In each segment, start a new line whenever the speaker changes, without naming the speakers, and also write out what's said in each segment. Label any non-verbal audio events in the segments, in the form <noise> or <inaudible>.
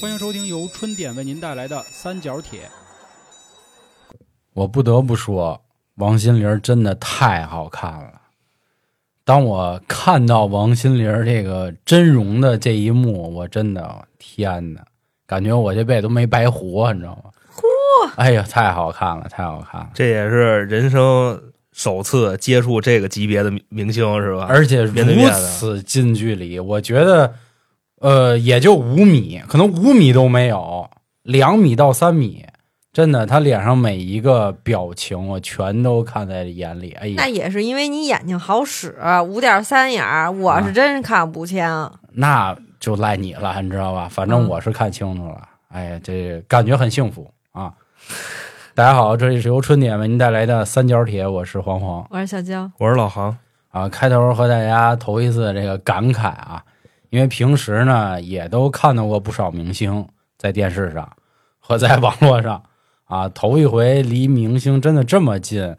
欢迎收听由春点为您带来的《三角铁
我不得不说，王心凌真的太好看了。当我看到王心凌这个真容的这一幕，我真的天哪，感觉我这辈子都没白活，你知道吗？哎呀，太好看了，太好看了！
这也是人生首次接触这个级别的明明星，是吧？
而且
面对面
如
啊的
此近距离，我觉得，呃，也就五米，可能五米都没有，两米到三米，真的，他脸上每一个表情，我全都看在眼里。哎呀，
那也是因为你眼睛好使，五点三眼儿，我是真看不清。
那就赖你了，你知道吧？反正我是看清楚了。哎呀，这感觉很幸福啊！大家好，这里是由春点为您带来的三角铁，我是黄黄
我是小娇，
我是老航，
啊。开头和大家头一次这个感慨啊，因为平时呢也都看到过不少明星在电视上和在网络上啊，头一回离明星真的这么近，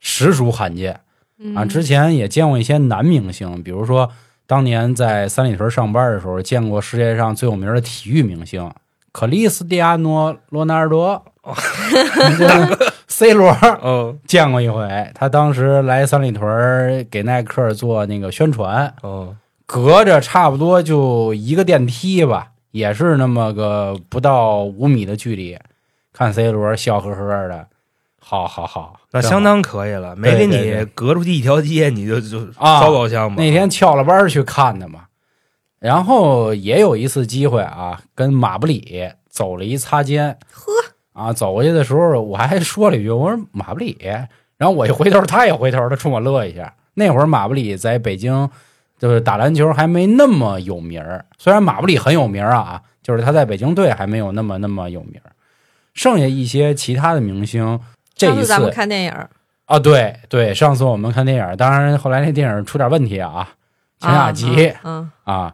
实属罕见。
嗯
啊，之前也见过一些男明星，比如说当年在三里屯上班的时候，见过世界上最有名的体育明星克里斯蒂亚诺·罗纳尔多，c 罗
哦
见过一回。他当时来三里屯儿给耐克做那个宣传，
哦，
隔着差不多就一个电梯吧，也是那么个不到五米的距离，看 C 罗笑呵呵的，好好好，
那
真
相
好
当可以了，没
对
给你
对
隔出去一条街，你就就
啊
烧高香吧。
那天翘了班儿去看的嘛。然后也有一次机会啊，跟马布里走了一擦肩。呵，啊，走过去的时候我还说了一句：“我说马布里。”然后我一回头，他也回头，他冲我乐一下。那会儿马布里在北京就是打篮球还没那么有名儿，虽然马布里很有名儿啊，就是他在北京队还没有那么那么有名儿。剩下一些其他的明星，这
上
一
次
次
咱们看电影儿，
啊，对对，上次我们看电影，当然后来那电影出点问题啊，前
啊
雅集
啊啊
啊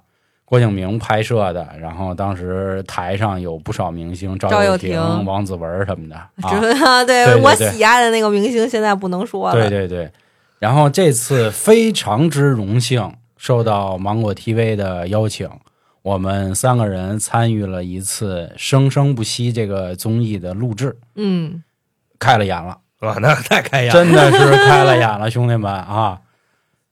郭敬明拍摄的，然后当时台上有不少明星，
赵
赵
又
廷、
廷
王子文什么的
只
啊，
是 <laughs> 啊，对
对对
我
对
喜爱的那个明星现在不能说了。
对对对。然后这次非常之荣幸受到芒果 TV 的邀请，我们三个人参与了一次《生生不息》这个综艺的录制，
嗯，
开了眼了。
啊，
<laughs>
那太开眼了，
真的是开了眼了，兄弟们啊！ <laughs>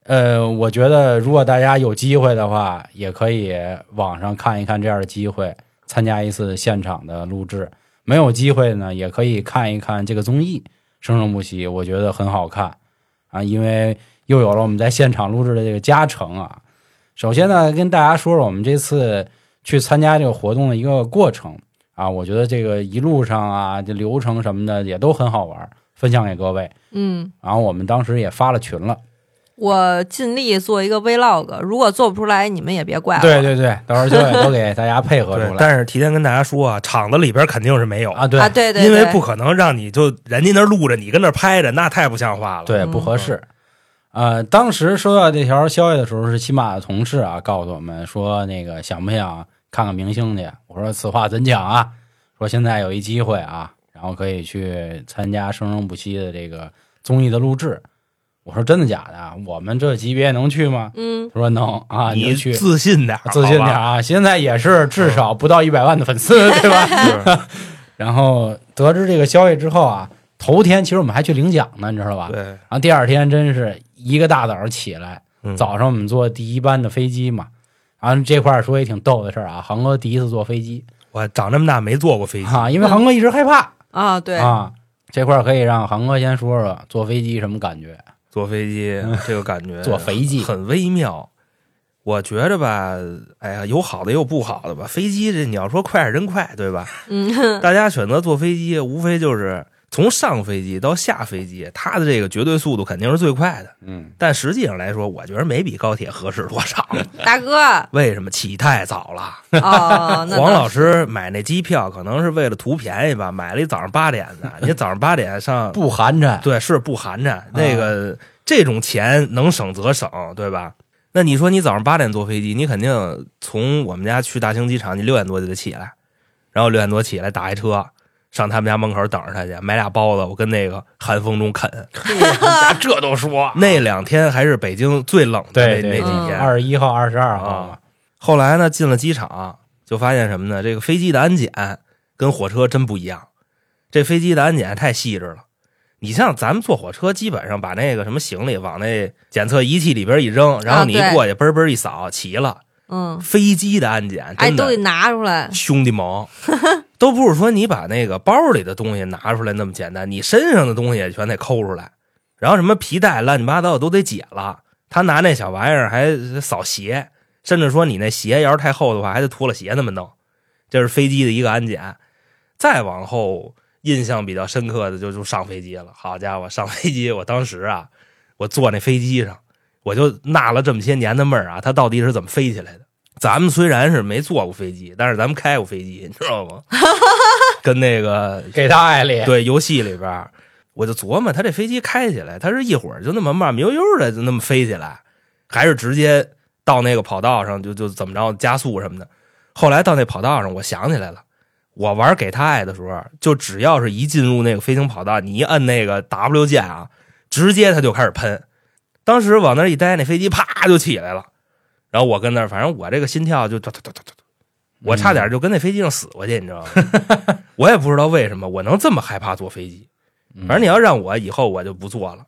呃，我觉得如果大家有机会的话，也可以网上看一看这样的机会，参加一次现场的录制。没有机会呢，也可以看一看这个综艺《生生不息》，我觉得很好看啊，因为又有了我们在现场录制的这个加成啊。首先呢，跟大家说说我们这次去参加这个活动的一个过程啊，我觉得这个一路上啊，这流程什么的也都很好玩，分享给各位。
嗯，
然后我们当时也发了群了，
我尽力做一个 vlog，如果做不出来，你们也别啊怪我。
对对对，到时候就也都给大家配合
对
<laughs> 出。来
但是提前跟大家说啊，厂子里边肯定是没有，
啊，对
啊，对对，
因为
对
不可能让你就人家那录着，你跟那拍着，那太不像话了。
对
嗯
不合适。呃，当时收到这条消息的时候，是新马的同事啊告诉我们说，那个想不想看看明星去？我说此话怎讲啊？ <laughs> 说现在有一机会啊，然后可以去参加《生生不息》的这个综艺的录制。我说真的假的啊？我们这级别能去吗？
嗯，
他说能啊，你
你
就去
自信点儿，
自信点
好吧。
啊！现在也是至少不到一百万的粉
<laughs>
丝，对吧？ <laughs>
是
然后得知这个消息之后啊，头天其实我们还去领奖呢，你知道吧？然
对，
后第二天真是一个大早上起来，
嗯
早上我们坐第一班的飞机嘛。然后这块儿说也挺逗的事儿啊，航哥第一次坐飞机
我长这么大没坐过
<laughs>
飞机，
啊，因为航哥一直害怕
啊，对，
啊。这块儿可以让航哥先说说坐飞机什么感觉？
坐飞机这个感觉，
嗯坐飞机
很微妙。我觉着吧，哎呀，有好的也有不好的吧。飞机这你要说快是真快，对吧？
<laughs> 嗯，
大家选择坐飞机，无非就是从上飞机到下飞机，它的这个绝对速度肯定是最快的。
嗯，
但实际上来说，我觉得没比高铁合适多
<laughs>
少。
大哥，
为什么起太早了？
哦，那
黄老
师，
师买那机票可能是为了图便宜吧，买了一早上八点的。你早上八点上
不寒碜，
对，是不寒碜。那个、这种钱能省则省，对吧？那你说你早上八点坐飞机，你肯定从我们家去大兴机场，你六点多就得起来，然后六点多起来打一车上他们家门口等着他去，买俩包子，我跟那个寒风中 <laughs> 啃。
这都
<laughs>
说
那两天还是北京最冷的
对
那
对
那几
对
天。
二十一号、二十二号嘛，
后来呢，进了机场，就发现什么呢？这个飞机的安检跟火车真不一样，这飞机的安检太细致了。你像咱们坐火车，基本上把那个什么行李往那检测仪器里边一扔，然后你一
啊对
过去，嘣嘣一扫，齐了。
嗯，
飞机的安检
哎，
真
都
的
得拿出来，
兄弟盟，都不是说你把那个包里的东西拿出来那么简单，你身上的东西也全得抠出来，然后什么皮带乱七八糟的都得解了。他拿那小玩意儿还扫鞋，甚至说你那鞋要是太厚的话，还得脱了鞋那么弄。这是飞机的一个安检。再往后，印象比较深刻的就就上飞机了。好家伙，上飞机，我当时啊，我坐那飞机上，我就纳了这么些年的闷儿啊，它到底是怎么飞起来的？咱们虽然是没坐过飞机，但是咱们开过飞机，你知道吗？跟那个
给他爱啊丽，
对游戏里边儿，我就琢磨，它这飞机开起来，它是一会儿就那么慢悠悠的就那么飞起来，还是直接到那个跑道上就就怎么着加速什么的。后来到那跑道上，我想起来了，我玩给他爱的时候，就只要是一进入那个飞行跑道，你一摁那个 W 键啊，直接它就开始喷。当时往那儿一待，那飞机啪就起来了，然后我跟那儿，反正我这个心跳就突突突突突突，我差点就跟那飞机上死过去，你知道吗？我也不知道为什么我能这么害怕坐飞机。
嗯，
反正你要让我以后我就不坐了，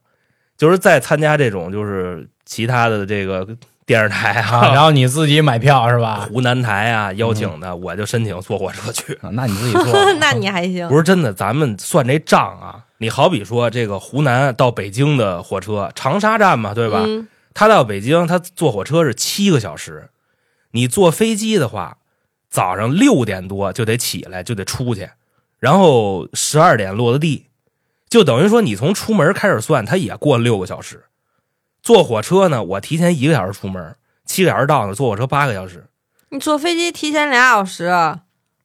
就是再参加这种就是其他的这个电视台
<laughs> 啊，
啊，
然后你自己买票是
<laughs>
吧？
湖南台啊邀请的，我就申请坐火车去。
啊那你自己做
<laughs> 那你还行
不，是真的，咱们算这账啊，你好比说这个湖南到北京的火车，长沙站嘛，对吧？
嗯
他到北京，他坐火车是七个小时，你坐飞机的话，早上六点多就得起来，就得出去，然后十二点落的地，就等于说你从出门开始算，他也过了六个小时。坐火车呢，我提前一个小时出门，七个小时到呢，坐火车八个小时，
你坐飞机提前俩小时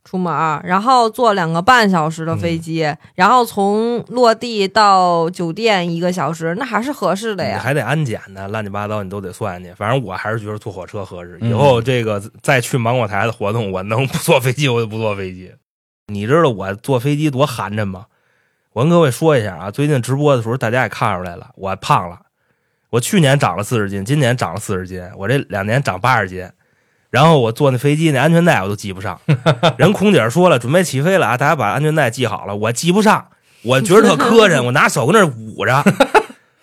出门儿，然后坐两个半小时的
嗯
飞机，然后从落地到酒店一个小时，那还是合适的
你
呀。
还得安检呢，乱七八糟你都得算去。反正我还是觉得坐火车合适。
嗯
以后这个再去芒果台的活动，我能不坐飞机我就不坐飞机。你知道我坐飞机多寒碜吗？我跟各位说一下啊，最近直播的时候大家也看出来了，我胖了。我去年长了四十斤，今年长了四十斤，我这两年长八十
<laughs>
斤。然后我坐那飞机那安全带我都系不上，人空姐说了，准备起飞了啊，大家把安全带系好了，我系不上，我觉得特磕碜，我拿手跟那儿捂着。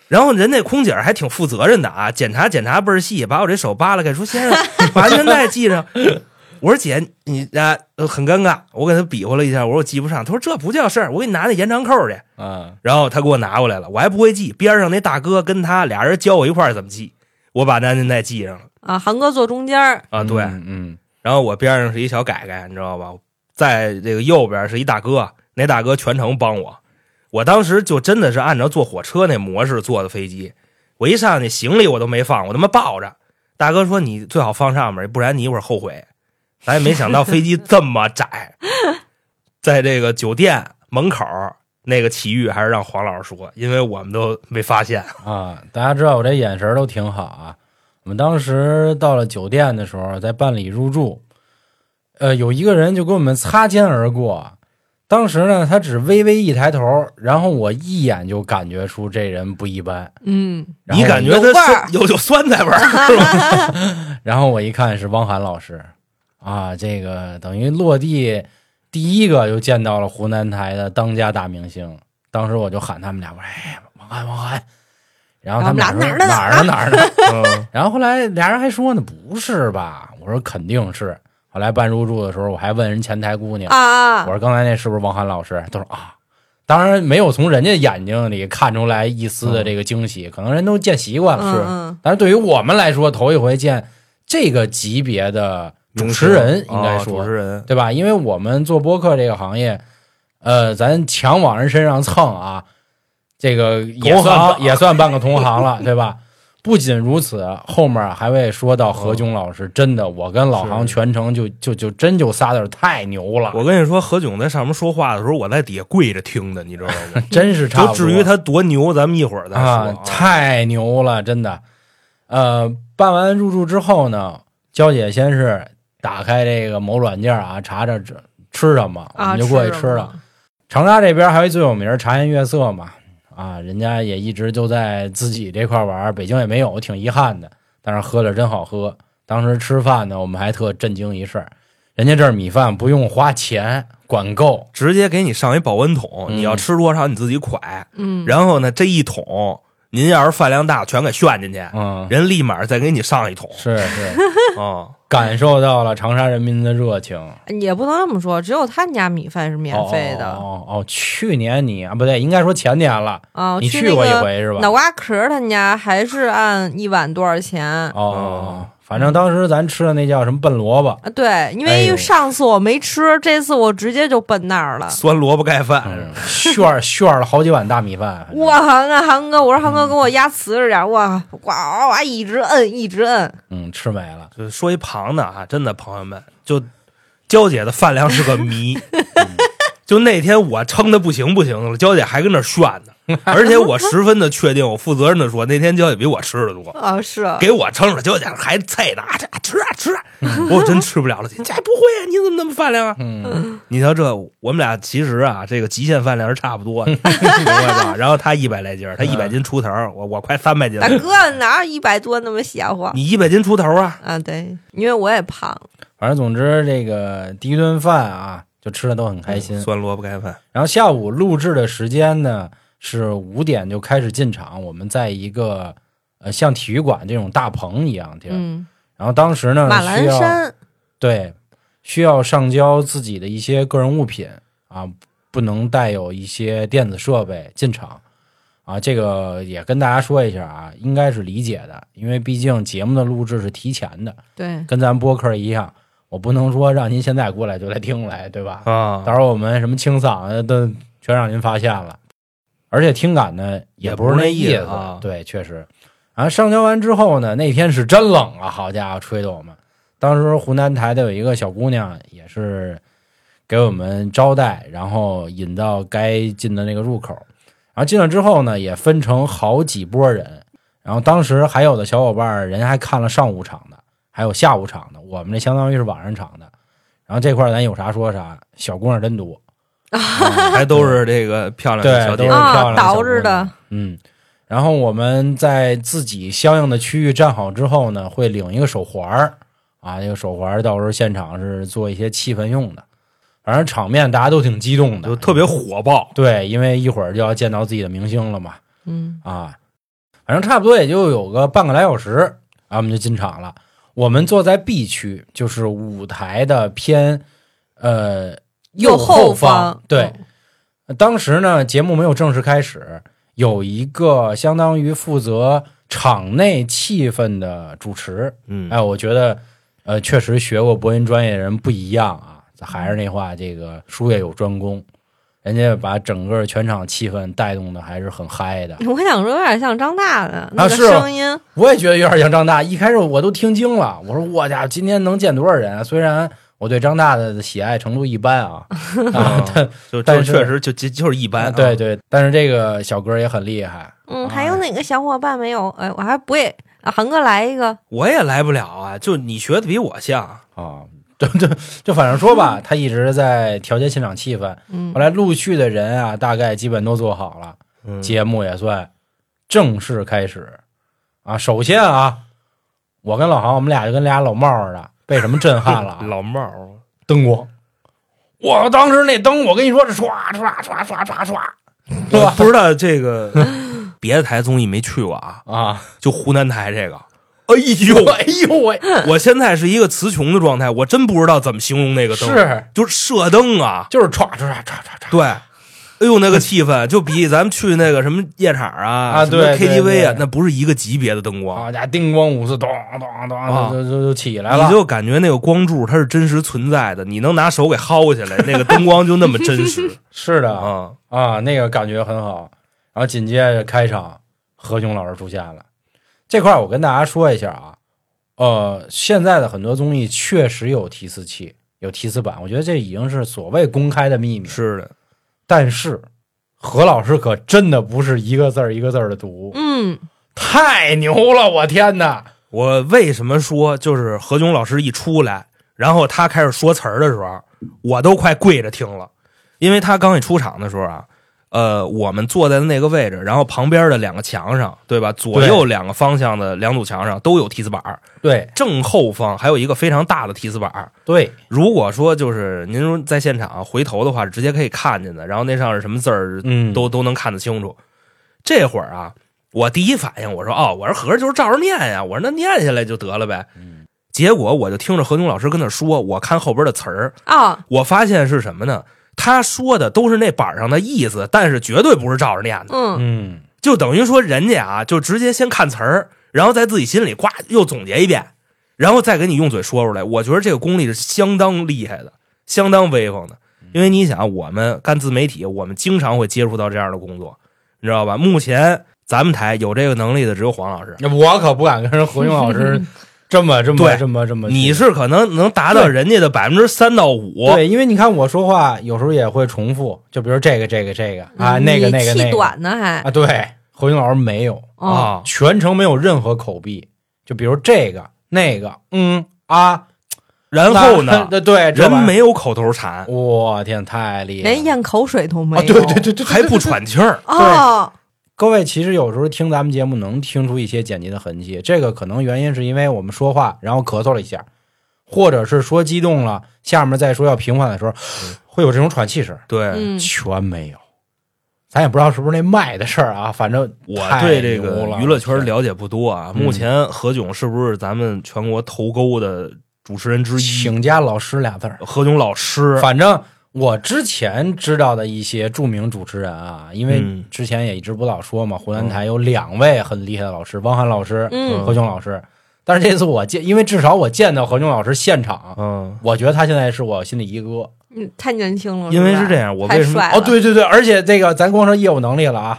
然后人那空姐还挺负责任的啊，检查检查倍儿细，把我这手扒拉开，说先生把安全带系上。我说姐，你啊、呃很尴尬，我给她比划了一下，我说我系不上，她说这不叫事儿，我给你拿那延长扣去。
嗯，
然后他给我拿过来了，我还不会系，边上那大哥跟他俩人教我一块儿怎么系，我把那安全带系上了
啊，韩哥坐中间儿，
啊，对，
嗯嗯，
然后我边上是一小改改，你知道吧？在这个右边是一大哥，那大哥全程帮我。我当时就真的是按照坐火车那模式坐的飞机，我一上去行李我都没放，我他妈抱着。大哥说你最好放上面，不然你一会儿后悔。咱也没想到飞机这么
<laughs>
窄，在这个酒店门口那个奇遇还是让黄老师说，因为我们都没发现。
啊，大家知道我这眼神儿都挺好啊。我们当时到了酒店的时候，在办理入住，呃，有一个人就跟我们擦肩而过。当时呢，他只微微一抬头，然后我一眼就感觉出这人不一般。
嗯，
然后
你
我
感觉
有味
他
儿
酸有有酸菜味儿是吧？
然后我一看是汪涵老师，啊，这个等于落地第一个就见到了湖南台的当家大明星。当时我就喊他们俩，我说：“哎，汪涵，汪涵。”然后他们俩说：“
啊然后我
哪
们俩哪儿
儿
呢
呢？哪儿呢？”
嗯
然后后来俩人还说呢，不是吧？我说肯定是。后来办入住的时候，我还问人前台姑娘，
啊啊
我，说刚才那是不是王涵老师？她说啊，当然没有从人家眼睛里看出来一丝的这个惊喜，可能人都见习惯了。
嗯嗯，
但是对于我们来说，头一回见这个级别的 <laughs> 主持人，应该
哦
说、
主持人，
对吧？因为我们做播客这个行业，呃，咱强往人身上蹭啊，这个也
同行吧
算也算半个同行了，对吧？不仅如此，后面还会说到何炅老师，真的，我跟老航
是
全程就就就真就仨字儿太牛了，
我跟你说，何炅在上面说话的时候，我在底下跪着听的，
<laughs>
你知道吗？
真是差
就
不多。
至于他多牛，咱们一会儿再说
啊，太牛了，真的。呃，办完入住之后呢，娇姐先是打开这个某软件啊，查查这吃什么，我
啊，
们就过去吃了。。长沙这边还有一最有名儿茶颜悦色嘛，啊，人家也一直就在自己这块儿玩儿，北京也没有，挺遗憾的。但是喝着真好喝。当时吃饭呢，我们还特震惊一事儿，人家这儿米饭不用花钱，管够。
直接给你上一保温桶，
嗯
你要吃多少你自己蒯。
嗯，
然后呢，这一桶您要是饭量大，全给炫进去，
嗯，
人立马再给你上
<laughs>
一桶。
是是，
啊，
感受到了长沙人民的热情。
也不能这么说，只有他们家米饭是 <laughs> 免费的
哦哦哦哦去年你啊不对，应该说前年了，
啊。
你
那
去过一
个
回是吧？
脑瓜壳儿他们家还是按一碗多少钱？
哦，
嗯
反正当时咱吃的那叫什么笨萝卜，
啊，对，因
哎
为
呦
上次我没吃，这次我直接就奔那儿了。
酸萝卜盖饭，
嗯炫儿炫儿了好几碗大米饭。反正
哇，那韩哥，我说韩哥给我压瓷实点儿，哇，哇哇一直摁一直摁，
嗯，吃没了。
就说一旁的啊，真的朋友们，就娇姐的饭量是
<laughs>
个谜。就那天我撑的不行不行了，娇姐还跟那儿炫
<laughs>
呢，而且我十分的确定，我负责任的说，那天娇姐比我吃的多，
啊是，
给我撑着，娇姐还菜呢，啊这吃啊吃啊，我真吃不了了，姐这不会啊，你怎么那么饭量啊？
嗯，
你瞧这，我们俩其实啊，这个极限饭量是差不多
<laughs>
的，明白吧？然后他一百来斤儿，他一百斤出头儿，我我快三百斤了
大。哥哪有一百多那么邪乎？
你一百斤出头啊？
啊，对，因为我也胖，
反正总之这个第一顿饭啊，就吃的都很开心。
嗯
酸萝卜盖饭，
然后下午录制的时间呢是五点就开始进场，我们在一个呃像体育馆这种大棚一样地儿。
嗯，
然后当时呢
马
需
栏
要
山，
对，需要上交自己的一些个人物品啊，不能带有一些电子设备进场啊。这个也跟大家说一下啊，应该是理解的，因为毕竟节目的录制是提前的，
对，
跟咱播客一样，我不能说让您现在过来就来听来，对吧？
啊
到时候我们什么清嗓子都全让您发现了，而且听感呢也不是那
也
思，
不是那意思啊
对，确实。然后上交完之后呢，那天是真冷啊，好家伙，吹得我们。当时湖南台的有一个小姑娘也是给我们招待，然后引到该进的那个入口。然后进了之后呢，也分成好几拨人。然后当时还有的小伙伴儿人还看了上午场的，还有下午场的，我们这相当于是晚上场的。然后这块儿咱有啥说啥，小姑娘真多，
还都是这个漂亮的
对
小
都是
姐姐。
漂亮
啊，
的小
捯
姑
饬
娘
的，
嗯，然后我们在自己相应的区域站好之后呢，会领一个手环儿啊，这个手环儿到时候现场是做一些气氛用的。反正场面大家都挺激动的，
就特别火爆，
对，因为一会儿就要见到自己的明星了嘛
嗯，
啊，反正差不多也就有个半个来小时，然后我们就进场了。我们坐在 B 区，就是舞台的偏呃右
后
方，对，
嗯
当时呢，节目没有正式开始，有一个相当于负责场内气氛的主持。
嗯
哎，我觉得，呃，确实学过播音专业的人不一样啊。还是那话，这个术业有专攻，人家把整个全场气氛带动的还是很嗨的。
哦我想说有点像张大的那个
啊是吗哦
声音，
我也觉得有点像张大，一开始我都听惊了，我说我家伙今天能见多少人啊？虽然我对张大的喜爱程度一般啊，啊，但
就就
<laughs> 但是
确实就就就是一般啊。
对对，但是这个小哥也很厉害，
嗯，还有哪个小伙伴没有？哎，我还不会，啊韩哥来一个，
我也来不了啊，就你学的比我像，
啊，就就就反正说吧，他一直在调节现场气氛。
嗯
后，来陆续的人啊，大概基本都做好了，
嗯
节目也算正式开始啊。首先啊，我跟老航，我们俩就跟俩老帽儿似的，被什么震撼了啊？
<laughs> 老帽儿
灯光，我当时那灯，我跟你说是唰唰唰唰唰唰， <laughs> 对
我
吧？
不知道这个别的台综艺没去过啊，
啊，
就湖南台这个，哎呦，
哎呦喂，
我现在是一个词穷的状态，我真不知道怎么形容那个灯，
是
就是射灯啊，
就是唰唰唰唰唰唰，
对，哎呦那个气氛就比咱们去那个什么夜场啊
啊
什么
对对
KTV 啊
对，
那不是一个级别的灯光，
好家伙，叮咣五四，咚咚
啊
咚，就就就就起来了，
你就感觉那个光柱它是真实存在的，你能拿手给薅下来，那个灯光就那么真实
是的
啊！
啊，那个感觉很好。然后紧接着开场，何炅老师出现了。这块儿我跟大家说一下啊，呃，现在的很多综艺确实有提词器，有提词板，我觉得这已经是所谓公开的秘密。
是的，
但是何老师可真的不是一个字儿一个字儿的读，
嗯，
太牛了！我天哪！
我为什么说就是何炅老师一出来，然后他开始说词儿的时候，我都快跪着听了，因为他刚一出场的时候啊，呃，我们坐在的那个位置，然后旁边的两个墙上，对吧？左
对
右两个方向的两堵墙上都有替死板儿，
对
正后方还有一个非常大的替死板儿。
对
如果说就是您说在现场回头的话，直接可以看见的，然后那上是什么字儿
嗯
都都能看得清楚。这会儿啊，我第一反应我说哦，我说合着就是照着念呀，我说那念下来就得了呗。结果我就听着何炅老师跟那说，我看后边的词儿，
啊，
我发现是什么呢？他说的都是那板上的意思，但是绝对不是照着念的，
嗯，
嗯
就等于说人家啊，就直接先看词儿，然后在自己心里呱又总结一遍，然后再给你用嘴说出来。我觉得这个功力是相当厉害的，相当威风的。因为你想，啊我们干自媒体，我们经常会接触到这样的工作，你知道吧？目前咱们台有这个能力的只有黄老师，
我可不敢跟人何炅老师这么这么
对
这么这么去，
你是可能能达到
对
人家的百分之三到五。
对，因为你看我说话有时候也会重复，就比如这个这个这个啊，
嗯
那个
你
那个那
气
个
短呢还，
啊，对，何炅老师没有，
哦，
啊，
全程没有任何口壁，就比如这个那个，嗯啊，
然后呢，
那对，这
人
玩意
没有口头禅，
儿，我天，太厉害了，
连咽口水都没
啊，
有，
对对对对，
还不
出。
喘
<laughs>
气儿。
哦，
各位其实有时候听咱们节目能听出一些剪辑的痕迹，这个可能原因是因为我们说话然后咳嗽了一下，或者是说激动了，下面再说要平缓的时候，
嗯
会有这种喘气声，
对，哎
嗯，
全没有。咱也不知道是不是那麦的事儿啊，反正
我
太
对这
牛
个
了
娱乐圈了解不多啊。
嗯
目前何炅是不是咱们全国头钩的主持人之一？
请加老师俩字儿。
何炅老师，
反正我之前知道的一些著名主持人啊，因为
嗯
之前也一直不老说嘛，湖南台有两位很厉害的老师，汪涵老师、
嗯
何炅老师。但是这次我见，因为至少我见到何炅老师现场，
嗯，
我觉得他现在是我心里一哥。
嗯太年轻了，
因为
吧
是这样我
太
为什么
帅
哦，
了，
对对对，而且这个咱光说业务能力了啊，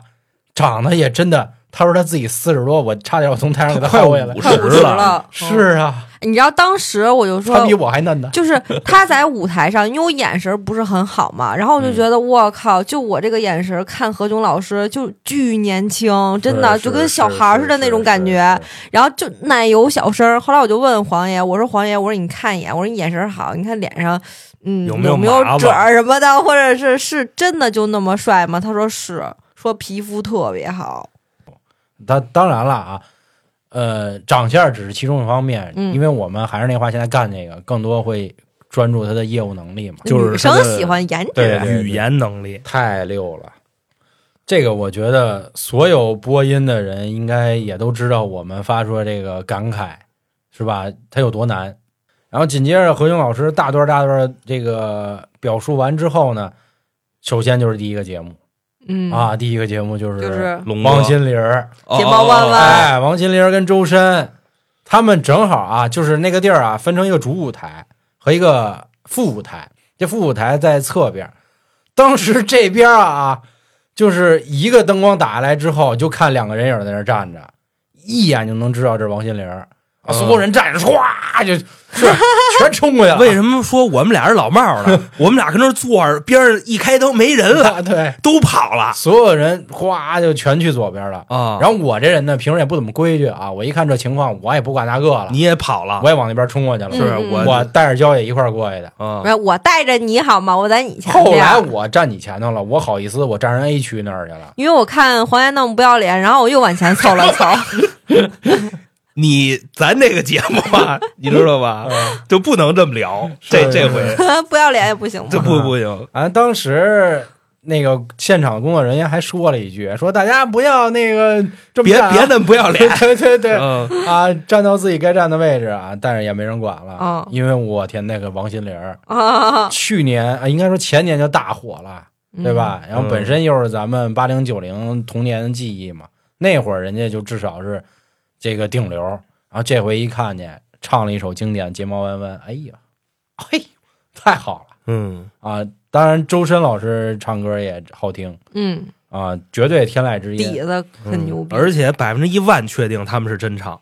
长得也真的，他说他自己四十多，我差点我从台上给他
快
薅下来
五。
快五十
了
了，
是啊，
嗯，你知道当时我就说
他比，我还嫩呢。
就是他在舞台上，因为我眼神不是很好嘛，然后我就觉得我靠，就我这个眼神看何炅老师就巨年轻，真的
是
就跟
是
小孩儿
是
似的那种
是
感
是
觉。然后就奶油小声儿。后来我就问黄爷，我说黄爷，我说你看一眼，我说你眼神儿好，你看脸上，嗯，
有
有
没有麻
褶
子
儿什么的，或者是是真的就那么帅吗？他说是，说皮肤特别好。
他当然了啊，呃，长相只是其中一方面，
嗯
因为我们还是那话，现在干这个更多会专注他的业务能力嘛。
就是
女
他
生
的
喜欢颜值，
对对对
语言能力，
太溜了，这个我觉得所有播音的人应该也都知道我们发出的这个感慨是吧？它有多难。然后紧接着何炅老师大段大段这个表述完之后呢，首先就是第一个节目、
嗯，
啊，第一个节目就是
就是
龙哥
王心凌儿。
哦
睫毛弯弯
哎，王心凌跟周深，他们正好啊，就是那个地儿啊，分成一个主舞台和一个副舞台。这副舞台在侧边，当时这边啊，就是一个灯光打下来之后，就看两个人影在那儿站着，一眼就能知道这是王心凌。啊，
嗯
所有人站着，唰就是 <laughs> 全冲过去了。
哎为什么说我们俩是老帽呢？我们俩跟那儿坐着，边上一开灯没人了，
么？对，
都跑了
所有人哗就全去左边了。
啊
<laughs> 然
然
后我这人呢，平时也不怎么规矩啊，我一看这情况，我也不管那个了
后，你也跑了
我，也往那边冲过去了。
是嗯嗯
我
我带着娇也一块儿过去的。
啊
不是我带着你好吗？我在你前
后
面
来我站你前头了，我好意思，我站人 A 区那儿去了。
因为我看黄爷那么不要脸，然后我又往前凑了凑。
你咱这个节目
<laughs>
吧， <laughs> 你知道吧，就不能这么聊，这
是
这
是
回
不要脸也不行
这
吗？
不不行，
啊，当时那个现场工作人员还说了一句，说大家不要那个这么
别
站啊
别那么不要脸。
<laughs> 对对对
嗯，
啊，站到自己该站的位置啊，但是也没人管了，
哦
因为我天，那个王心凌儿
啊，
去年啊，应该说前年就大火了，
嗯
对吧？然后本身又是咱们八零九零童年的记忆嘛，那会儿人家就至少是这个顶流，然后这回一看见唱了一首经典《睫毛弯弯》，哎呀，嘿，太好了
嗯，
啊！当然，周深老师唱歌也好听
<laughs> 嗯？
啊，绝对天籁之
嗯，
音
底。子很牛逼。
嗯而且百分之一万确定他们是真唱。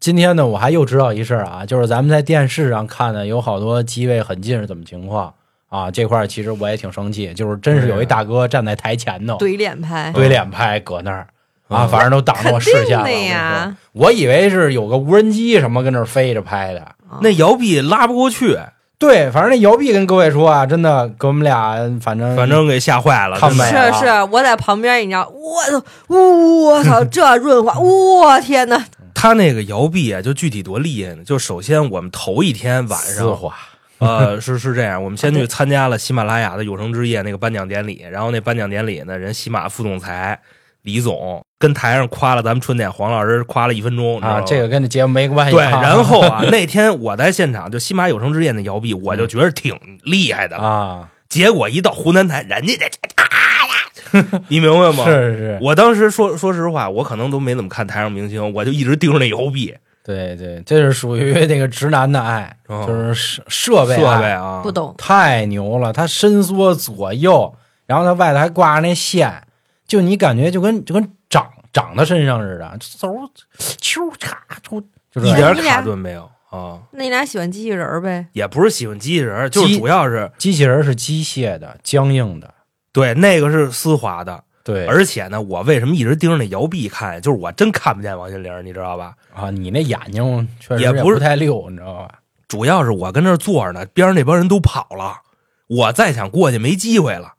今天呢，我还又知道一事儿啊，就是咱们在电视上看的有好多机位很近是怎么情况啊？这块儿其实我也挺生气，就是真是有一大哥站在台前头，
怼脸拍，
堆脸拍搁那儿啊，
嗯
反正都挡着我视线了。我
肯定的
跟你
呀
说我以为是有个无人机什么跟那儿飞着拍的，
啊
那摇臂拉不过去，
对，反正那姚币跟各位说啊，真的给我们俩，反正
反正给吓坏了，
看
真的
没
是
了
是，我在旁边，你知道，我操，我操，这润滑，我天哪！
他那个摇臂啊，就具体多厉害呢？就首先我们头一天晚
丝
上，
滑，
呃，是是这样，我们先
啊
去
对
参加了喜马拉雅的有生之夜那个颁奖典礼，然后那颁奖典礼呢，人喜马副总裁李总跟台上夸了咱们春点黄老师夸了一分钟
啊，这。
你知道吗
个跟这节目没关系。
对，
啊
然后啊，那天我在现场，就喜马有生之夜那摇臂，我就觉得挺厉害的。
啊，
结果一到湖南台，人家这这，啊你明白 <laughs> 吗？
是是，
我当时说说实话，我可能都没怎么看台上明星，我就一直盯着那摇臂，
对对，这是属于那个直男的爱，
哦
就是设设备
设
爱
备啊，
不懂，
太牛了，它伸缩左右，然后它外头还挂着那线，就你感觉就跟就跟长长到身上似的，嗖啾嚓出，就是
一点
你俩
卡顿没有啊，
那你俩喜欢机器人儿呗？
也不是喜欢机器人，就是
机
主要是
机器人是机械的、僵硬的，
对那个是丝滑的，
对
而且呢，我为什么一直盯着那摇臂看？就是我真看不见王心凌，你知道吧？
啊，你那眼睛确实
也不
不
是
太溜，你知道吧？
主要是我跟那儿坐着呢，边上那帮人都跑了，我再想过去没机会了。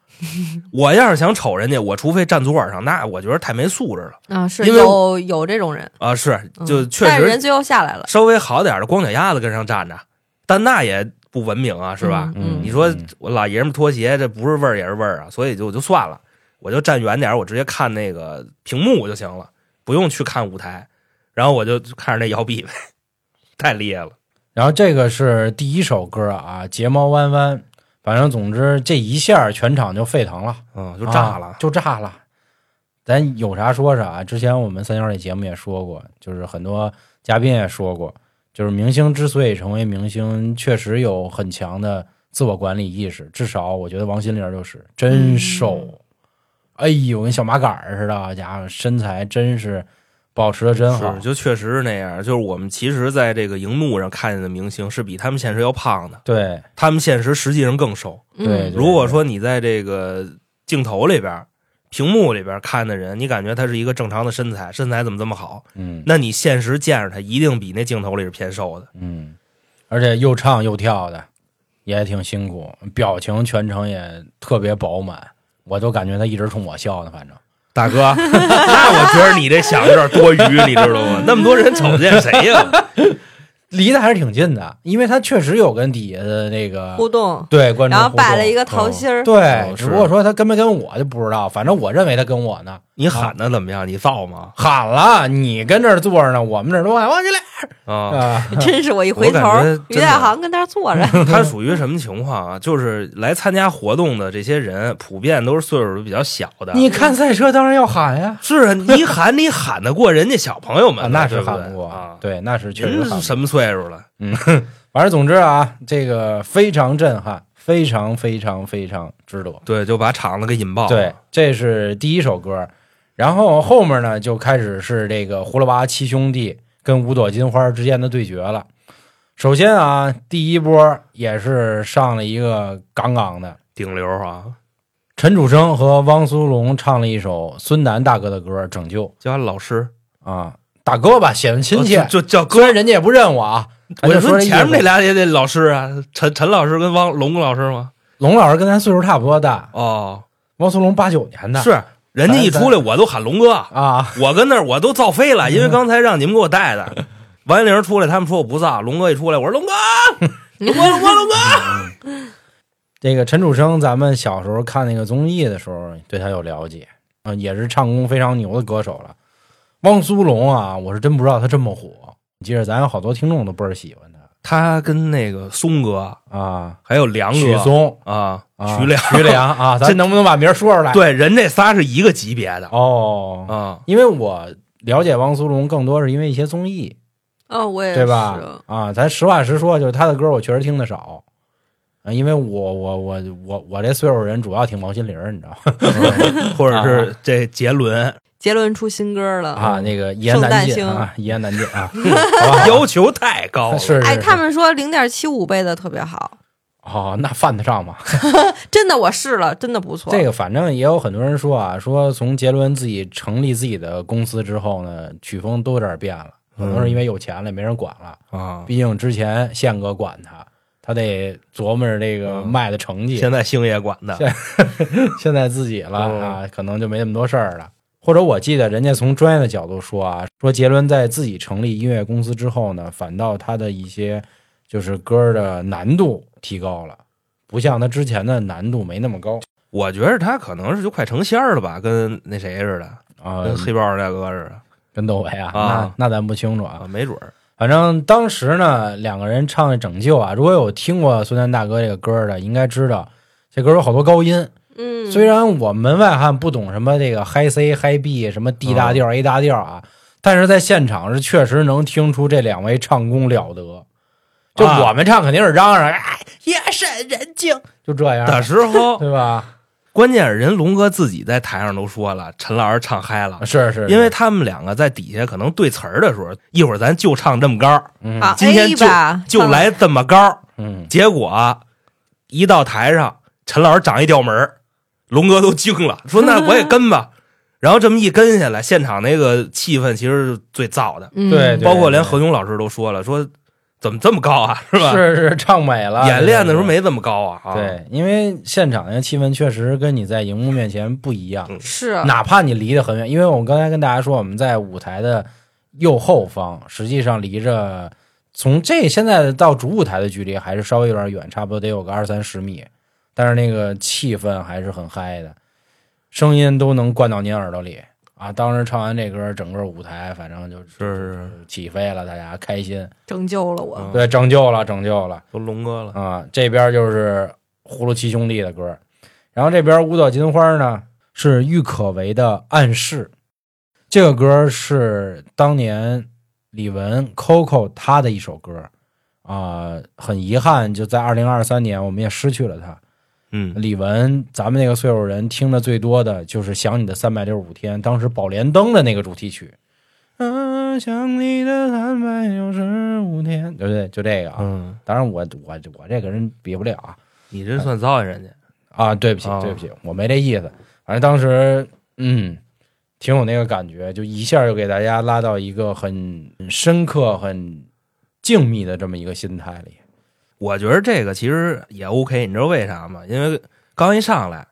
<laughs> 我要是想瞅人家，我除非站左耳上，那我觉得太没素质了
啊，是
因为
有有这种人，
啊！是，
嗯
就确
但是人
实
最后下来了，
稍微好点儿的光脚丫子跟上站着，但那也不文明啊，是吧？
嗯
你说我老爷们儿拖鞋，这不是味儿也是味儿啊，所以就我就算了，我就站远点儿，我直接看那个屏幕就行了，不用去看舞台。然后我就看着那摇臂呗， <laughs> 太厉害了。
然后这个是第一首歌啊，《睫毛弯弯》，反正总之这一下全场就沸腾了，
嗯，就炸了。
啊就炸了。咱有啥说啥。之前我们三幺那节目也说过，就是很多嘉宾也说过，就是明星之所以成为明星，确实有很强的自我管理意识。至少我觉得王心凌就是真瘦，哎呦，跟小麻杆儿似的，好家伙身材真是保持的真好
是，。就确实是那样。就是我们其实在这个荧幕上看见的明星是比他们现实要胖的，
对
他们现实实际上更瘦。
对
嗯，
如果说你在这个镜头里边、屏幕里边看的人，你感觉他是一个正常的身材，身材怎么这么好？
嗯
那你现实见着他，一定比那镜头里是偏瘦的。
嗯，而且又唱又跳的，也挺辛苦，表情全程也特别饱满，我都感觉他一直冲我笑呢，反正。
大哥，那我觉得你这想有点多余，你知道吗？那么多人瞅见谁呀？
<laughs> 离得还是挺近的，因为他确实有跟底下的那个
嗯互动，
对观众
然
互动，嗯哦
后摆了一个桃心儿，
对，只
是
不过说他跟没跟我就不知道，反正我认为他跟我呢，啊
你喊的怎么样？你造吗？
喊了，你跟这儿坐着呢，我们这儿都喊王起来 <laughs>
啊，
啊，
真是我一回头
我感觉，
于
真的
大航跟那儿坐着，
他属于什么情况啊？就是来参加活动的这些人，普遍都是岁数比较小的。
你看赛车当然要喊呀，
是啊，你喊你喊得过人家小朋友们
啊，
吗，
那
对
是
不对
喊不过
啊，。
对，那是确实喊不
您是
过
什么岁数了？
反正总之啊，这个非常震撼，非常非常非常值得。
对，就把场子给引爆了。
对，这是第一首歌，然后后面呢就开始是这个葫芦娃七兄弟跟五朵金花之间的对决了。首先啊，第一波也是上了一个杠杠的，
顶流啊，
陈楚生和汪苏泷唱了一首孙楠大哥的歌《拯救
叫老师》
啊，大哥吧，显得亲切
哦，就就叫哥
虽。然人家也不认我啊。咱
我
就
说
这意
前面
思
那俩也得老师啊，陈陈老师跟汪龙老师吗？
龙老师跟咱岁数差不多大，
哦，
汪苏泷八九年的，
是，人家一出来我都喊龙哥，
啊，
我跟那儿我都造飞
嗯
了，因为刚才让你们给我带的。王心凌出来，他们说我不造，龙哥一出来，我说龙哥，龙哥，龙哥，龙哥。
这个陈楚生，咱们小时候看那个综艺的时候，对他有了解，啊、也是唱功非常牛的歌手了。汪苏泷啊，我是真不知道他这么火。你记着，咱有好多听众都倍儿喜欢
他跟那个松哥
他啊，
还有梁
许
哥
嵩、
啊，
啊、
徐良，
徐良啊，咱能不能把名儿说出来？，
<laughs> 对，人这仨是一个级别的
哦，
啊。
因为我了解汪苏泷更多是因为一些综艺，
嗯，我也
对
是，
吧？啊，咱实话实说，就是他的歌我确实听的少。啊，因为我我我我我这岁数人主要听王心凌儿，你知道吗？
<laughs> 或者是这杰伦
杰伦出新歌了嗯
啊，那个一言
圣
难
诞
尽
星
啊，一言难尽
<laughs>
啊，好吧？ <laughs>
要求太高了，
是是
哎，
是
他们说零点七五倍的特别好，
哦，那犯得上吗？
真的我试了，真的不错。
这个反正也有很多人说啊，说从杰伦自己成立自己的公司之后呢，曲风
嗯
都有点变了，可能是因为有钱了，没人管了。
啊，
毕竟之前宪哥管他，他得琢磨着这个
嗯
卖的成绩。
现在星爷管的
现，现在自己了
嗯
啊，可能就没那么多事儿了。或者我记得人家从专业的角度说啊，说杰伦在自己成立音乐公司之后呢，反倒他的一些就是歌儿的难度提高了，不像他之前的难度没那么高
我觉得他可能是就快成仙儿了吧，跟那谁似的，
啊、
跟黑豹大哥似的
跟窦唯啊，
嗯啊
那那咱不清楚啊。
啊，没准儿。
反正当时呢，两个人唱《拯救》啊，如果有听过孙楠大哥这个歌的，应该知道这歌有好多高音。
嗯，
虽然我门外汉不懂什么这个嗨 C、嗨 B、什么 D 大调、A 大调啊，但是在现场是确实能听出这两位唱功了得。就
啊
我们唱肯定是嚷嚷，哎，夜深人静，就这样，
那时候，
对吧？
关键是人龙哥自己在台上都说了，陈老师唱嗨了，
是是，
因为他们两个在底下可能对词儿的时候，一会儿咱就唱
<laughs>
这么高，
嗯
好
今天
啊 A 吧，
就来这么高，
嗯，
结果一到台上，陈老师长一调门儿龙哥都惊
<laughs>
了，说那我也跟吧。然后这么一跟下来，现场那个气氛其实是最燥的，
嗯，
对对
包括连何勇老师都说了，说怎么这么高啊，是吧？
是是唱美了，
演练的时候
对
没这么高啊，啊，
对，因为现场的气氛确实跟你在荧幕面前不一样，
是
哪怕你离得很远，因为我们刚才跟大家说，我们在舞台的右后方，实际上离着从这现在到主舞台的距离还是稍微有点远，差不多得有个二三十米，但是那个气氛还是很嗨的，声音都能灌到您耳朵里啊！当时唱完这歌，整个舞台反正就是
是是是，
起飞了，大家开心，
拯救了我，
对，拯救了，拯救了。
都龙哥了，
啊，这边就是葫芦七兄弟的歌，然后这边舞蹈金花呢是郁可唯的《暗示》，这个歌是当年李玟 Coco 她的一首歌啊、很遗憾就在二零二三年我们也失去了她。
嗯，
李玟，咱们那个岁数人听的最多的就是《想你的三百六十五天》，当时《宝莲灯》的那个主题曲。啊，想你的三百六十五天，对不对？就这个啊，
嗯，
当然我我我这个人比不了啊
你这算糟践人家，
啊！对不起
啊
对不起，我没这意思。反正当时嗯，挺有那个感觉，就一下就给大家拉到一个很深刻、很静谧的这么一个心态里。
我觉得这个其实也 OK，你知道为啥吗？因为刚一上来，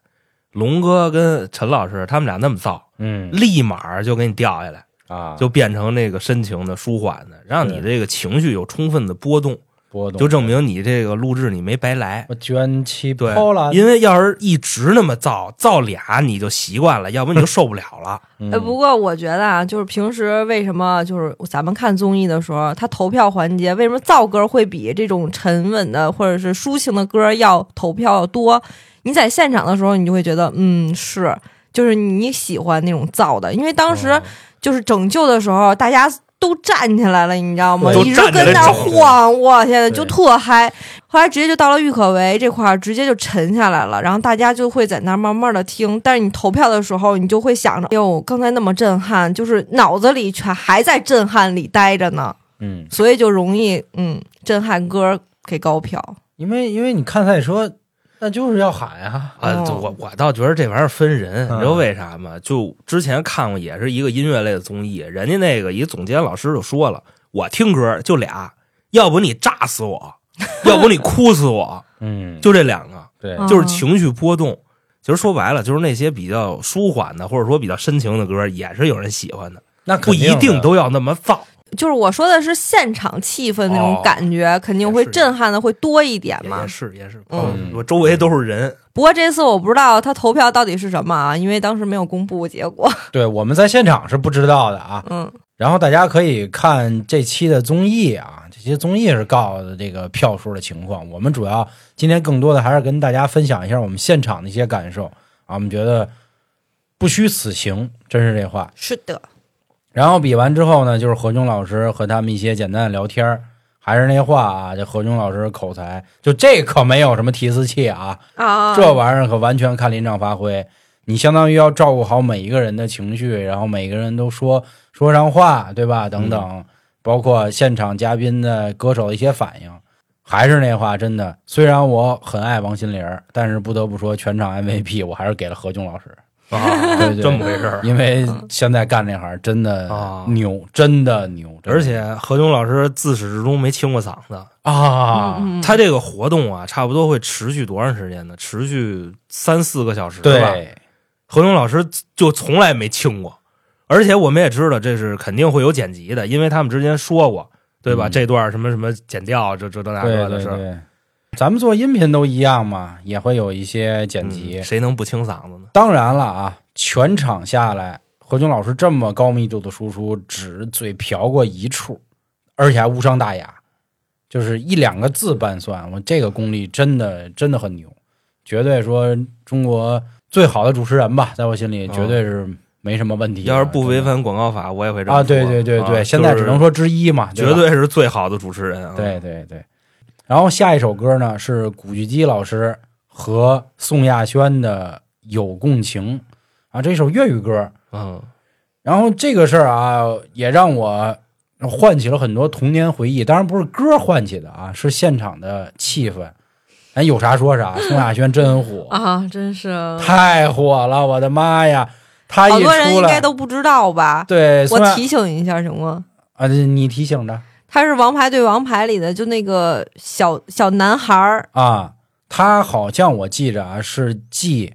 龙哥跟陈老师他们俩那么燥，
嗯
立马就给你掉下来，
啊，
就变成那个深情的、舒缓的，让你
是
这个情绪有充分的波动，
波动，
就证明你这个录制你没白来。
我卷起
对
波澜。
因为要是一直那么燥，燥俩你就习惯了，要不然你就受不了了。
嗯
哎，不过我觉得啊，就是平时为什么就是咱们看综艺的时候，他投票环节为什么燥歌会比这种沉稳的或者是抒情的歌要投票要多？你在现场的时候，你就会觉得，嗯，是，就是你喜欢那种燥的，因为当
哦
时就是拯救的时候，大家都站起来了，你知道吗？
对
一直
都站起来
跟那
走
儿晃，我天，
对
就特嗨。后来直接就到了郁可唯这块儿，直接就沉下来了，然后大家就会在那儿慢慢的听。但是你投票的时候，你就会想着，哎呦，刚才那么震撼，就是脑子里全还在震撼里待着呢，
嗯，
所以就容易嗯，震撼歌给高票。
因为因为你看赛车，那就是要喊呀、
啊，
哦
就我我倒觉得这玩意儿分人，
嗯
你知道为啥吗？就之前看过，也是一个音乐类的综艺，人家那个一总监老师就说了，我听歌就俩，要不你炸
<laughs>
死我，要不你哭死我，
嗯，
就这两个，
对，
嗯
就是情绪波动。其实说白了，就是那些比较舒缓的，或者说比较深情的歌，也是有人喜欢的，
那
不
肯
一
的
定都要那么燥。
嗯就是我说的是现场气氛那种
哦
感觉，肯定
也
会
是
震撼的会多一点
也
嘛
也。是也是，
嗯
我周围都是人，
不过这次我不知道他投票到底是什么啊，因为当时没有公布结果。
对，我们在现场是不知道的啊。
嗯，
然后大家可以看这期的综艺啊，这些综艺是告的这个票数的情况。我们主要今天更多的还是跟大家分享一下我们现场的一些感受啊，我们觉得不虚此行，真是这话。
是的，
然后比完之后呢，就是何炅老师和他们一些简单的聊天儿还是那话啊，这何炅老师口才，就这可没有什么提词器啊，
啊，
这玩意儿可完全看临场发挥。你相当于要照顾好每一个人的情绪，然后每个人都说说上话，对吧？等等，
嗯
包括现场嘉宾的歌手的一些反应。还是那话，真的，虽然我很爱王心凌儿，但是不得不说，全场 MVP 我还是给了何炅老师。
啊，
嗯对嗯对
这么回事儿。
因为
嗯
现在干这行真的
啊
牛，真的牛，真的
而且何炅老师自始至终没清过嗓子，
啊，
嗯嗯
他这个活动啊，差不多会持续多长时间呢？持续三四个小时吧。
对，
何炅老师就从来没清过，而且我们也知道这是肯定会有剪辑的，因为他们之前说过，对吧？
嗯
这段什么什么剪掉，这这这那
对
这的
对
事儿，
对，咱们做音频都一样嘛，也会有一些剪辑。
嗯谁能不清嗓子呢？
当然了啊，全场下来，何炅老师这么高密度的输出，只嘴瓢过一处，而且还无伤大雅，就是一两个字拌蒜。我这个功力真的真的很牛，绝对说中国最好的主持人吧，在我心里
哦
绝对是没什么问题的。
要是不违
真的
反广告法，我也会这么
啊，
说
对对对对，
啊
现在只能说之一嘛，
就是
吧
绝对是最好的主持人啊。
对对对。然后下一首歌呢是古巨基老师和宋亚轩的《有共情》啊，这首粤语歌。
嗯，
然后这个事儿啊，也让我唤起了很多童年回忆。当然不是歌唤起的啊，是现场的气氛。咱有啥说啥，宋亚轩真火，
<laughs> 啊，真是
太火了！我的妈呀，他
好
一
多人
出
应
来
该，都不知道吧？
对，
我
宋亚
提醒一下行吗？
啊，你提醒着
他是《王牌对王牌》里的，就那个小小男孩儿，
啊，他好像我记着啊，是继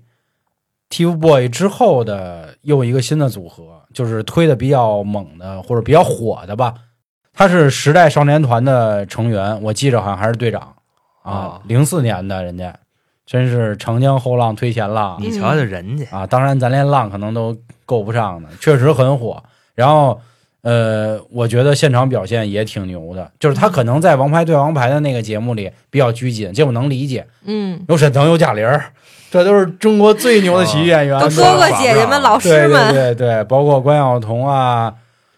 TFBOY 之后的又一个新的组合，就是推的比较猛的或者比较火的吧。他是时代少年团的成员，我记着好像还是队长啊
哦，
零四、年的人家，真是长江后浪推前浪
你瞧瞧人家，
啊！当然，咱连浪可能都够不上的，确实很火。然后，呃，我觉得现场表现也挺牛的，就是他可能在《王牌对王牌》的那个节目里比较拘谨，这我能理解。
嗯，
有沈腾，有贾玲儿，这都是中国最牛的喜剧演员。
哦都
是
哥
吧
哥姐姐们、老
对
师
对
们，
对对，包括关晓彤啊、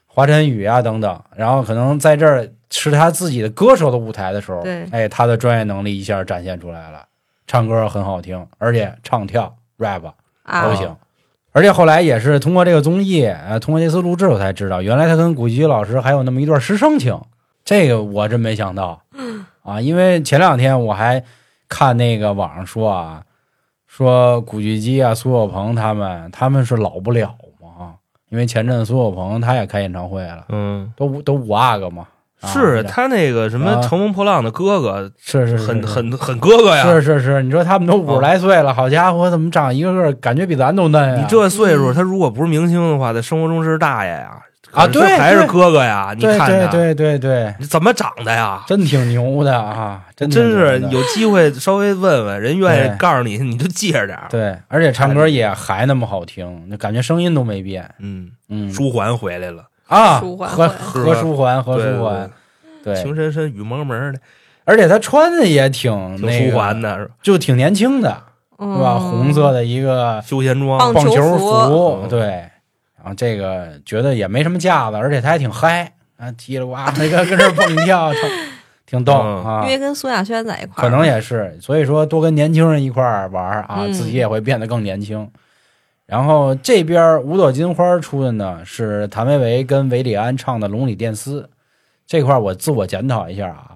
华晨宇啊等等。然后可能在这儿是他自己的歌手的舞台的时候，
对
哎，他的专业能力一下展现出来了，唱歌很好听，而且唱跳 rap
啊
都行。而且后来也是通过这个综艺，呃，通过这次录制，我才知道，原来他跟古巨基老师还有那么一段师生情，这个我真没想到。啊，因为前两天我还看那个网上说啊，说古巨基啊、苏有朋他们，他们是老不了嘛，啊因为前阵苏有朋他也开演唱会了，
嗯，
都五都五阿哥嘛，啊
是他那个什
啊
么乘风破浪的哥哥，
是是是
很
是
很很哥哥呀。
是是是，你说他们都五十来岁了，好家伙，怎么长一个个感觉比咱都哎嫩呀？啊
你这岁数，
嗯
他如果不是明星的话，在生活中是大爷呀，
啊
可是
对
还是
对
哥哥呀。你
对
看
对
着，
对对对，
你怎么长的呀？
<laughs> 真挺牛的啊，真挺
真
牛
是
的
有机会稍微问问人，愿
对
意告诉你，你就记着点儿。
对，而且唱歌也还那么好听，就感觉声音都没变，
嗯，
嗯
朱桓回来了，
啊，
舒缓
和
回来
和舒缓和
对
舒缓，，对，
情深深雨蒙蒙的，
而且他穿的也挺那
挺
个
舒缓的，是吧
就挺年轻的，
嗯，
是吧？红色的一个
休闲
棒
装，
棒
球
球
服
嗯
对，然后这个觉得也没什么架子，而且他还挺嗨啊，叽里呱啦那个跟这儿蹦
<laughs>
跳，操挺逗
嗯
啊
因。为跟苏亚轩在一块儿，
可能也是，所以说多跟年轻人一块儿玩儿啊，
嗯
自己也会变得更年轻。然后这边儿五朵金花出的呢是谭维维跟韦礼安唱的《龙里电丝》，这块儿我自我检讨一下啊，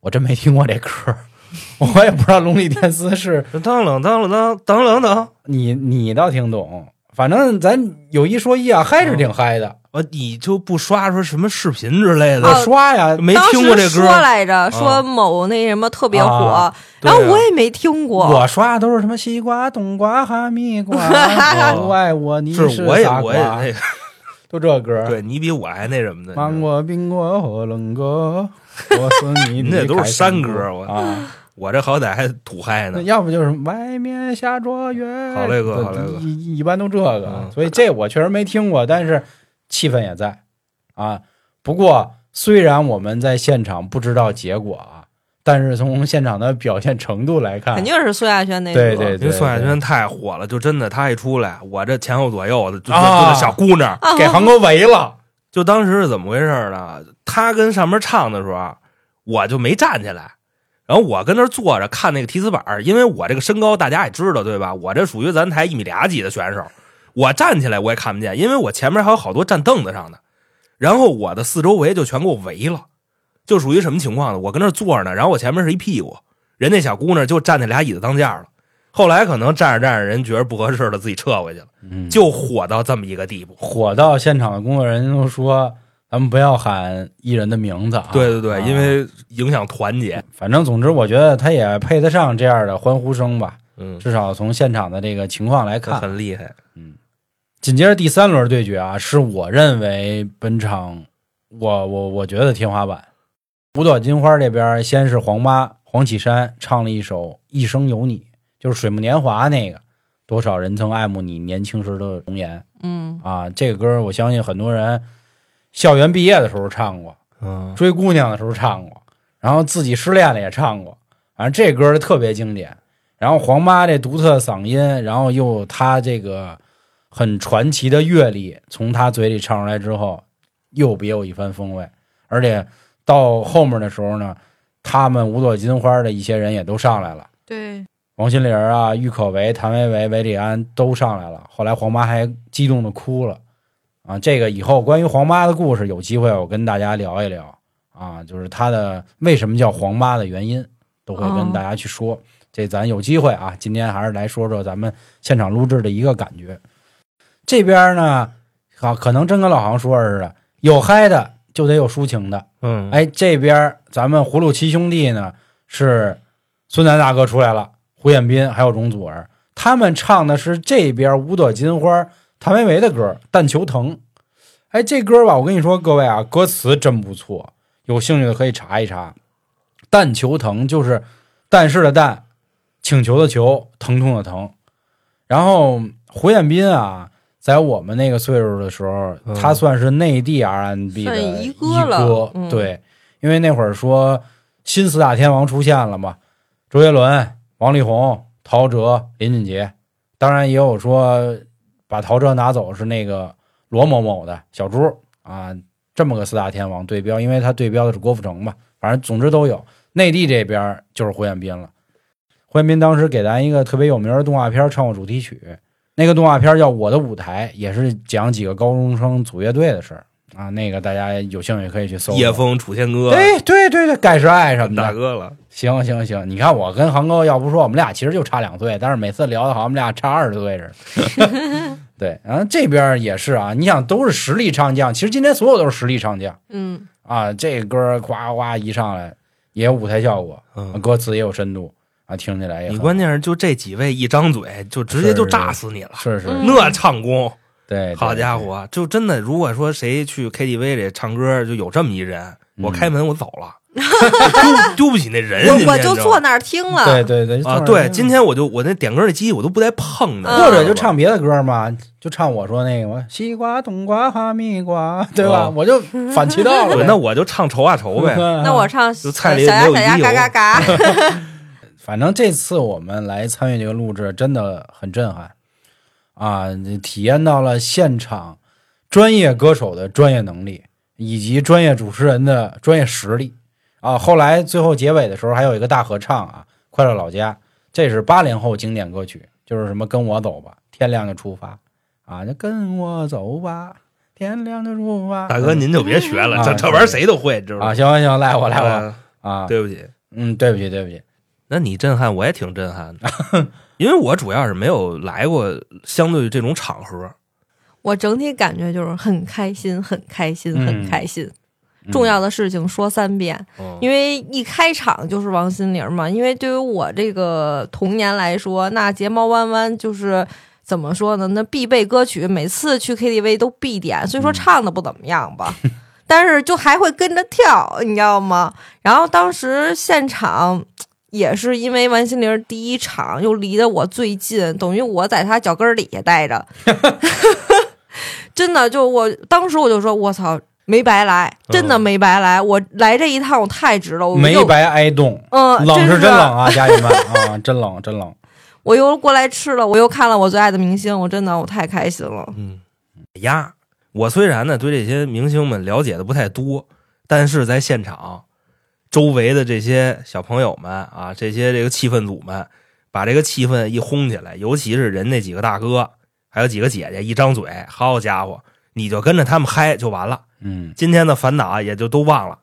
我真没听过这歌儿，我也不知道《龙里电丝》是
当啷当啷当当啷当。
你你倒听懂，反正咱有一说一啊，嗨是挺嗨的。
啊，你就不刷刷什么视频之类
我
的？
哦
刷呀，
没
当
听过这
时
歌
说
儿，
来着，说
啊
某那什么特别火
嗯啊，
然后
对啊
我也没听过， <laughs>
我刷的都是什么西瓜、冬瓜、哈密瓜，
<laughs>
不爱我你
是我也
傻
我也
瓜，
那个，
就这歌儿。
对你比我还那什么的。
芒果、苹果、火龙
<laughs>
果，我送你
那都是山歌
开心
我
啊，
我这好歹还土嗨
那
呢。
要不就是外面下着雨。
好嘞哥
对
好嘞哥
一一般都这个
嗯，
所以这我确实没听过，但是气氛也在啊。不过虽然我们在现场不知道结果啊，但是从现场的表现程度来看，
肯定是苏亚轩那
啊对
首
对
因
对，
为宋亚轩太火了，就真的他一出来，我这前后左右的就就就
啊
这小姑娘，
啊
对给韩国围了
就当时是怎么回事呢？他跟上面唱的时候，啊我就没站起来，然后我跟那儿坐着看那个提词板儿，因为我这个身高大家也知道对吧？我这属于咱台一米俩几的选手，我站起来我也看不见，因为我前面还有好多站凳子上的，然后我的四周围就全给我围了，就属于什么情况呢？我跟那儿坐着呢，然后我前面是一屁股，人那小姑娘就站那俩椅子当间儿了。后来可能站着站着，人觉得不合适了，自己撤回去了，
嗯，
就火到这么一个地步。
火到现场的工作人员都说，咱们不要喊艺人的名字啊。
对对对，
啊
因为影响团结。
反正总之，我觉得他也配得上这样的欢呼声吧。
嗯，
至少从现场的这个情况来看，
很厉害。
紧接着第三轮对决啊，是我认为本场我我我觉得天花板。舞蹈金花这边先是黄妈黄绮珊唱了一首《一生有你》，就是《水木年华》那个，多少人曾爱慕你年轻时的容颜
嗯，
啊！这个歌我相信很多人校园毕业的时候唱过，
嗯，
追姑娘的时候唱过，然后自己失恋了也唱过，反正这歌特别经典。然后黄妈这独特的嗓音，然后又她这个很传奇的阅历，从她嘴里唱出来之后，又别有一番风味。而且到后面的时候呢，他们五朵金花的一些人也都上来了。
对，
王心凌啊、郁可唯、谭维维、韦礼安都上来了。后来黄妈还激动的哭了啊！这个以后关于黄妈的故事，有机会我跟大家聊一聊啊，就是她的为什么叫黄妈的原因，都会跟大家去说。这咱有机会啊，今天还是来说说咱们现场录制的一个感觉。这边呢，啊，可能真跟老航说的似的，有嗨的就得有抒情的。
嗯，
哎，这边儿咱们葫芦七兄弟呢是孙楠大哥出来了，胡彦斌还有容祖儿，他们唱的是这边五朵金花谭维维的歌《但求疼》。哎，这歌吧，我跟你说，各位啊，歌词真不错，有兴趣的可以查一查。但求疼就是但是的但，请求的求，疼痛的疼。然后胡彦斌啊，在我们那个岁数的时候，
嗯
他算是内地 R&B 的
算一哥
哥
了嗯
对，因为那会儿说新四大天王出现了嘛，周杰伦、王力宏、陶喆、林俊杰，当然也有说把陶喆拿走是那个罗某某的小猪啊，这么个四大天王对标，因为他对标的是郭富城嘛，反正总之都有。内地这边就是胡彦斌了，胡彦斌当时给咱一个特别有名的动画片唱过主题曲，那个动画片叫《我的舞台》，也是讲几个高中生组乐队的事儿啊。那个大家有兴趣可以去搜搜。
叶枫、楚天歌，
对对对对，盖世爱什么的
大，哥了。
行行行，你看我跟航哥，要不说我们俩其实就差两岁，但是每次聊的好像我们俩差二十岁似的。对，然后这边也是啊，你想都是实力唱将，其实今天所有都是实力唱将
嗯，
啊，这歌夸夸一上来也有舞台效果，
嗯，
歌词也有深度啊，听起来也
你
很
关键是就这几位一张嘴就直接就炸死你了，
是是，
嗯
那唱功，
对，
好
对
家，伙，就真的，如果说谁去 KTV 里唱歌，就有这么一人，
嗯
我开门我走
<laughs>
了，丢丢不起那
哎
人，今
我
天
我就坐那儿听了，
对对对
啊，对，今天我就我那点歌的机我都不带碰的，
嗯
或者就唱别的歌嘛，就唱我 <laughs> 说那个嘛西瓜、冬瓜、哈密瓜，对吧？
哦
我就反其道了
对
呗。
那我就唱愁啊愁
<laughs>
呗，
嗯
那我唱
就
小
菜里
小鸭
没有
小鸭
鱼油
嘎嘎嘎， <laughs>
反正这次我们来参与这个录制，真的很震撼啊！体验到了现场专业歌手的专业能力，以及专业主持人的专业实力啊！后来最后结尾的时候还有一个大合唱啊，《快乐老家》，这是八零后经典歌曲，就是什么“跟我走吧，天亮就出发”啊，那跟我走吧，天亮就出发。
大哥您就别学了，
啊
这这玩意儿谁都会，知道
啊，
吗？
行行行，赖我赖我
嗯
啊！
对不起，
嗯，对不起对不起，
那你震撼我也挺震撼的， <laughs> 因为我主要是没有来过相对于这种场合，
我整体感觉就是很开心，很开心，
嗯
很开心。
嗯
重要的事情说三遍，
哦
嗯
因为一开场就是王心凌嘛。因为对于我这个童年来说，那睫毛弯弯就是怎么说呢？那必备歌曲，每次去 KTV 都必点。虽
嗯
说唱的不怎么样吧，但是就还会跟着跳，你知道吗？然后当时现场。也是因为王心凌第一场又离得我最近，等于我在她脚跟儿底下
<laughs>
待着，真的就我当时我就说，我操，没白来，真的
嗯
没白来，我来这一趟我太值了，我
没
又
白挨冻。
嗯，
冷
是
是 <laughs> 真冷啊，家人们啊，真冷真冷。
我又过来吃了，我又看了我最爱的明星，我真的我太开心了。
嗯，呀，我虽然呢对这些明星们了解的不太多，但是在现场周围的这些小朋友们啊，这些这个气氛组们，把这个气氛一烘起来，尤其是人那几个大哥，还有几个姐姐，一张嘴，好家伙，你就跟着他们嗨就完了，
嗯，
今天的烦恼也就都忘了。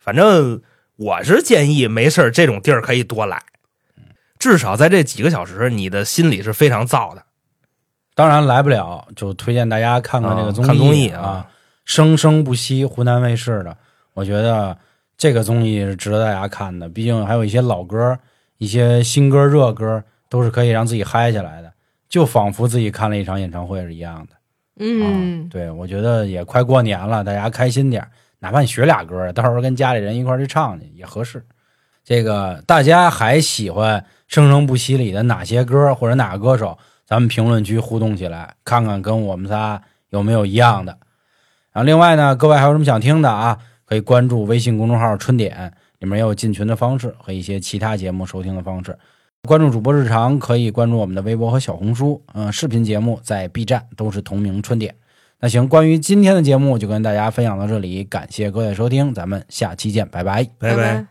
反正我是建议没事儿这种地儿可以多来。至少在这几个小时，你的心里是非常燥的。
当然来不了，就推荐大家看看这个
啊
综艺、
看综艺
啊，《生生不息》，湖南卫视的，我觉得这个综艺是值得大家看的。毕竟还有一些老歌、一些新歌、热歌，都是可以让自己嗨起来的，就仿佛自己看了一场演唱会是一样的。啊
嗯，
对，我觉得也快过年了，大家开心点儿，哪怕你学俩歌，到时候跟家里人一块儿去唱去也合适。这个大家还喜欢《生生不息》里的哪些歌或者哪个歌手？咱们评论区互动起来，看看跟我们仨有没有一样的。然后另外呢，各位还有什么想听的啊？可以关注微信公众号“春点”，里面也有进群的方式和一些其他节目收听的方式。关注主播日常，可以关注我们的微博和小红书，嗯、视频节目在 B 站都是同名“春点”。那行，关于今天的节目就跟大家分享到这里，感谢各位的收听，咱们下期见，拜拜。
拜
拜。